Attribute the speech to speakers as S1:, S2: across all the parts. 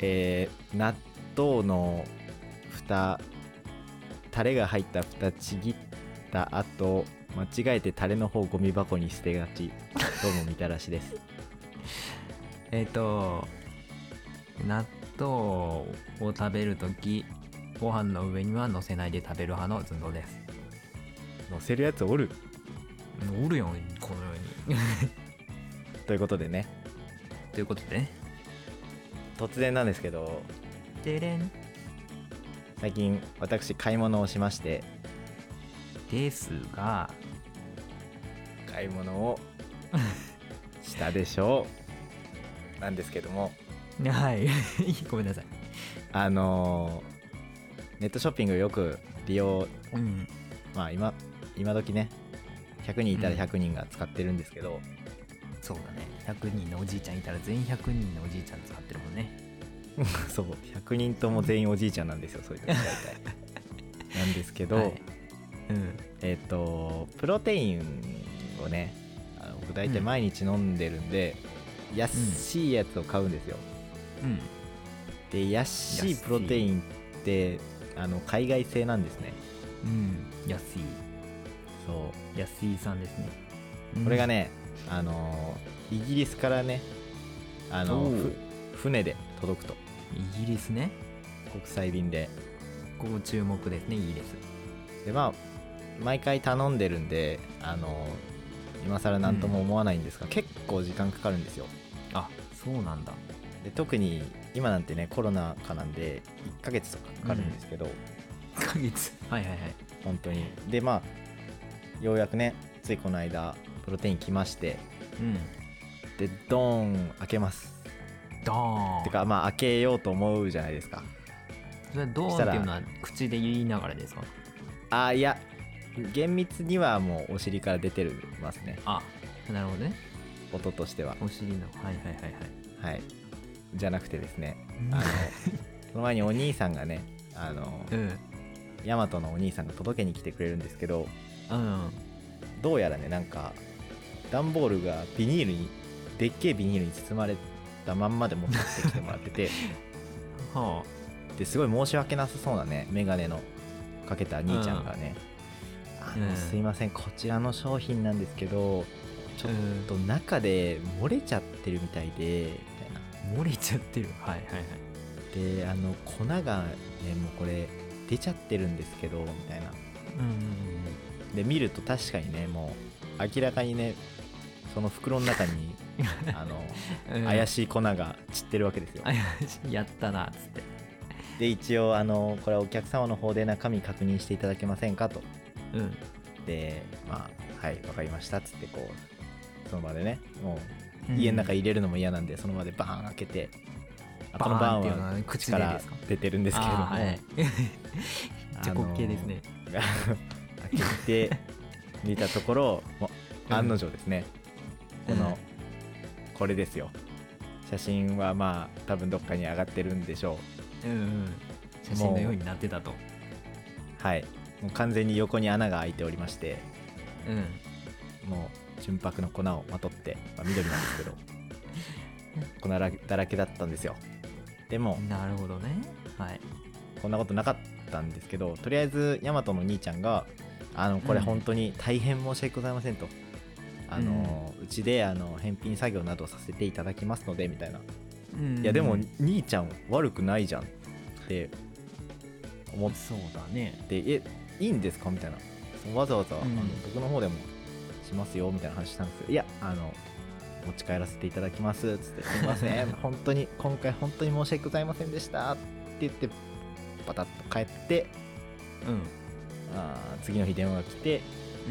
S1: えー納豆の蓋タレが入った蓋ちぎった後間違えてタレの方ゴミ箱に捨てがちどうもみたらしです
S2: えっ、と納豆を食べるときご飯の上には乗せないで食べる派の寸胴です
S1: 乗せるやつおる
S2: おるよこのように
S1: ということでね
S2: ということ でね
S1: 突然なんですけど
S2: てれん
S1: 最近私買い物をしまして
S2: ですが
S1: 買い物を したでしょうなんですけども
S2: はい ごめんなさい
S1: あのーネットショッピングよく利用
S2: うん
S1: まあ今今時ね100人いたら100人が使ってるんですけ ど、
S2: そうだね100人のおじいちゃんいたら全員100人のおじいちゃん使ってるもんね
S1: そう100人とも全員おじいちゃんなんですよそう いうの大体なんですけど、
S2: はいうん
S1: えっ、とプロテインをねあの僕大体毎日飲んでるんで、安いやつを買うんですよ、
S2: うん
S1: で安いプロテインってあの海外製なんですね
S2: うん安い
S1: そ
S2: 安いさんですね
S1: うこれがね、あのイギリスからねあの
S2: おう
S1: ふ船で届くと
S2: イギリスね
S1: 国際便で
S2: ここ注目ですねイギリス
S1: でまあ毎回頼んでるんであの今更何とも思わないんですが、結構時間かかるんですよ
S2: あそうなんだ
S1: で特に今なんてねコロナ禍なんで1ヶ月とかかかるんですけど、
S2: 1ヶ月はいはいはい
S1: 本当にでまあようやくねついこの間プロテイン来まして
S2: うん
S1: でドーン開けます
S2: ドーン
S1: てかまあ開けようと思うじゃないですか
S2: それドーンっていうのは口で言いながらですか
S1: あーいや厳密にはもうお尻から出てるますね
S2: あなるほどね
S1: 音としては
S2: お尻のはいはいはいはい
S1: はいじゃなくてですねあのその前にお兄さんがねあの
S2: うん
S1: ヤマトのお兄さんが届けに来てくれるんですけど
S2: うん
S1: どうやらねなんか段ボールがビニールにでっけえビニールに包まれたまんまで持ってきてもらって て
S2: はあ
S1: ですごい申し訳なさそうなね眼鏡のかけた兄ちゃんがね「あの
S2: うん
S1: すいませんこちらの商品なんですけどちょっと中で漏れちゃってるみたいで」みたいな。
S2: 漏れちゃってるはいはいはい
S1: であの粉がねもうこれ出ちゃってるんですけどみたいな
S2: うんうん
S1: で見ると確かにねもう明らかにねその袋の中 にあの
S2: うんうん
S1: 怪
S2: し
S1: しい粉が散ってるわけですよ
S2: 怪しいやったなっつって
S1: で一応あのこれはお客様の方で中身確認していただけませんかと
S2: うん
S1: でまあはいわかりましたっつってこうその場でねもう家の中入れるのも嫌なんでその場でバーン開けてあこのバ
S2: バーンってい
S1: ー
S2: う
S1: ン
S2: の
S1: は
S2: は口
S1: 口
S2: で
S1: か
S2: で
S1: ら
S2: すか
S1: 出てるんですけれども、
S2: あーはい、めっちゃ滑稽ですね、
S1: が開けて見たところもう
S2: うん
S1: 案の定ですね、このこれですよ写真はまあ多分どっかに上がってるんでしょ
S2: うんうん、写真のようになってたと
S1: うはいもう完全に横に穴が開いておりまして
S2: うん
S1: もう純白の粉をまとって、まあ、緑なん ですけど粉だらだらけだったんですよでも
S2: なるほどねはい
S1: こんなことなかったんですけどとりあえずヤマトの兄ちゃんが「あのこれ
S2: うん
S1: 本当に大変申し訳ございませんと」あのうちであの返品作業などさせていただきますのでみたいな「
S2: うん
S1: いやでも兄ちゃん悪くないじゃん」って思っ
S2: そうだね
S1: て「えいいんですか?」みたいなそのわざわざ、あ
S2: ん
S1: の僕の方でもしますよみたいな話したんですけど「いやあの持ち帰らせていただきます」っつって「すいません本当に今回本当に申し訳ございませんでした」って言ってパタッと帰って。
S2: うん
S1: あー次の日電話が来て
S2: う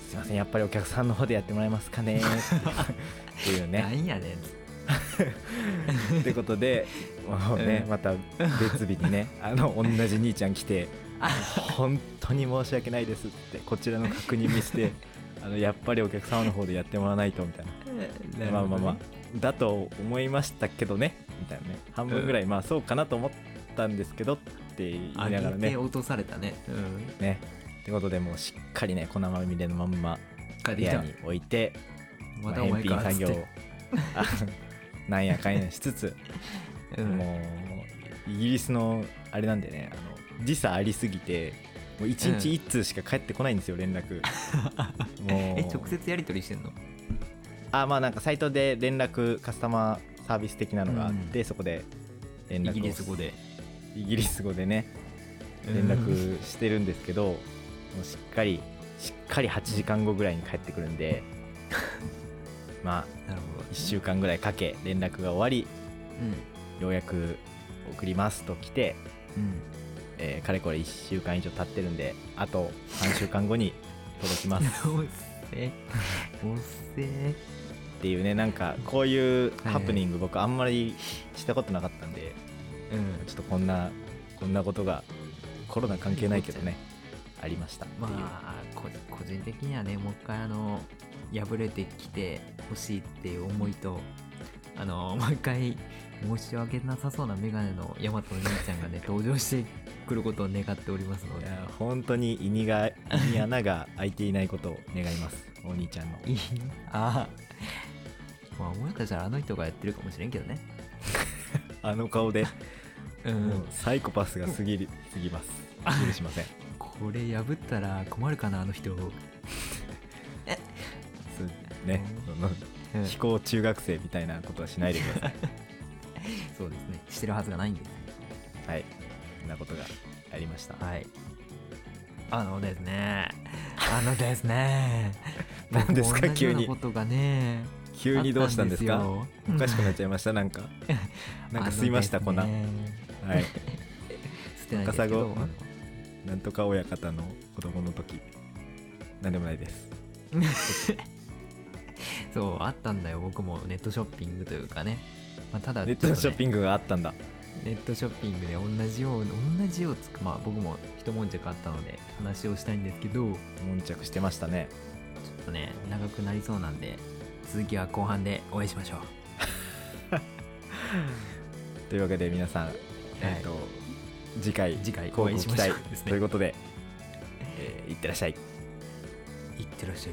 S1: 「すいませんやっぱりお客さんの方でやってもらえますかね」っていう
S2: な
S1: ね。
S2: んやねん
S1: ってことで もうね、
S2: うん
S1: また別日に ねあの同じ兄ちゃん来て
S2: あ
S1: 「本当に申し訳ないです」ってこちらの確認見せ てあのやっぱりお客様の方でやってもらわないとみたいな。
S2: なる
S1: まあ
S2: ほどね
S1: まあまあだと思いましたけどねみたいなね半分ぐらい、まあそうかなと思ったんですけどって言いながら
S2: 上げて
S1: ね。
S2: 落とされたねうん
S1: ねってことでもうしっかりね粉まみれのまんま
S2: 帰って
S1: 部
S2: き
S1: 屋
S2: た
S1: に置いて
S2: またお
S1: 返
S2: 前
S1: 品
S2: か
S1: 作業
S2: つっ
S1: を
S2: て
S1: あなんやかんやしつつ
S2: うん
S1: もうイギリスのあれなんでねあの時差ありすぎてもう1日1通しか返ってこないんですよ連絡 もう
S2: え直接やり取りしてんの
S1: あまあなんかサイトで連絡カスタマーサービス的なのがあって、そこで連絡を
S2: イギリス語で
S1: イギリス語でね連絡してるんですけど、もうしっかりしっかり8時間後ぐらいに帰ってくるん でまあ
S2: なるほど
S1: 1週間ぐらいかけ連絡が終わりようやく送りますと来て、
S2: うんうん
S1: えーかれこれ1週間以上経ってるんであと3週間後に届きます
S2: おっせ おっせ
S1: っていう ねなんかこういう
S2: はい
S1: ハプニング僕あんまりしたことなかったんで
S2: うん
S1: ちょっとこんなこんなことがコロナ関係ないけどねありましたっていう、
S2: まあこ個人的にはねもう一回あの破れてきてほしいっていう思いとあのもう一回申し訳なさそうなメガネの大和の兄ちゃんがね登場してくることを願っておりますの
S1: い
S2: で
S1: や本当に胃にが胃に穴が開いていないことを願いますお兄ちゃんの
S2: いいああまあもしかしたらあの人がやってるかもしれんけどね
S1: あの顔で、
S2: う
S1: もうサイコパスが過ぎる過ぎます許しませ ん
S2: これ破ったら困るかなあの人、
S1: そうねその
S2: うん
S1: 非行中学生みたいなことはしないでください
S2: そうですねしてるはずがないんです
S1: はいそんなことがありました。
S2: はい。あのですね。あのです ね
S1: 何ですか
S2: 僕も同じような
S1: 急に
S2: ことがね。
S1: 急にどうしたんですか
S2: あった
S1: お
S2: んで
S1: か
S2: す
S1: し
S2: よ
S1: くなっちゃいましたなん かなんか吸いました、
S2: あのですね
S1: 粉はい
S2: 捨てないですけど
S1: 赤なんとか親方の子供の時なんでもないです
S2: そう、あったんだよ。僕もネットショッピングというかね。まあ、ただ、
S1: ネットショッピ
S2: ン
S1: ングがあったんだ
S2: グ。ネットショッピングで同じよう、同じようつく、まあ僕も一文弱あったので話をしたいんですけど、ちょ
S1: 悶着してましたね
S2: っとね、長くなりそうなんで、続きは後半でお会いしましょう。
S1: というわけで皆さん、えっと次回
S2: 次回
S1: 乞う
S2: お会い
S1: ご
S2: し
S1: 期
S2: まし
S1: 待
S2: ょうですね
S1: ということで、えーいってらっしゃい
S2: いってらっしゃい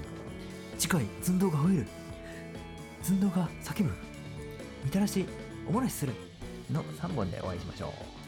S2: 次回寸胴が吠える寸胴が叫ぶみたらしおもらしするの3本でお会いしましょう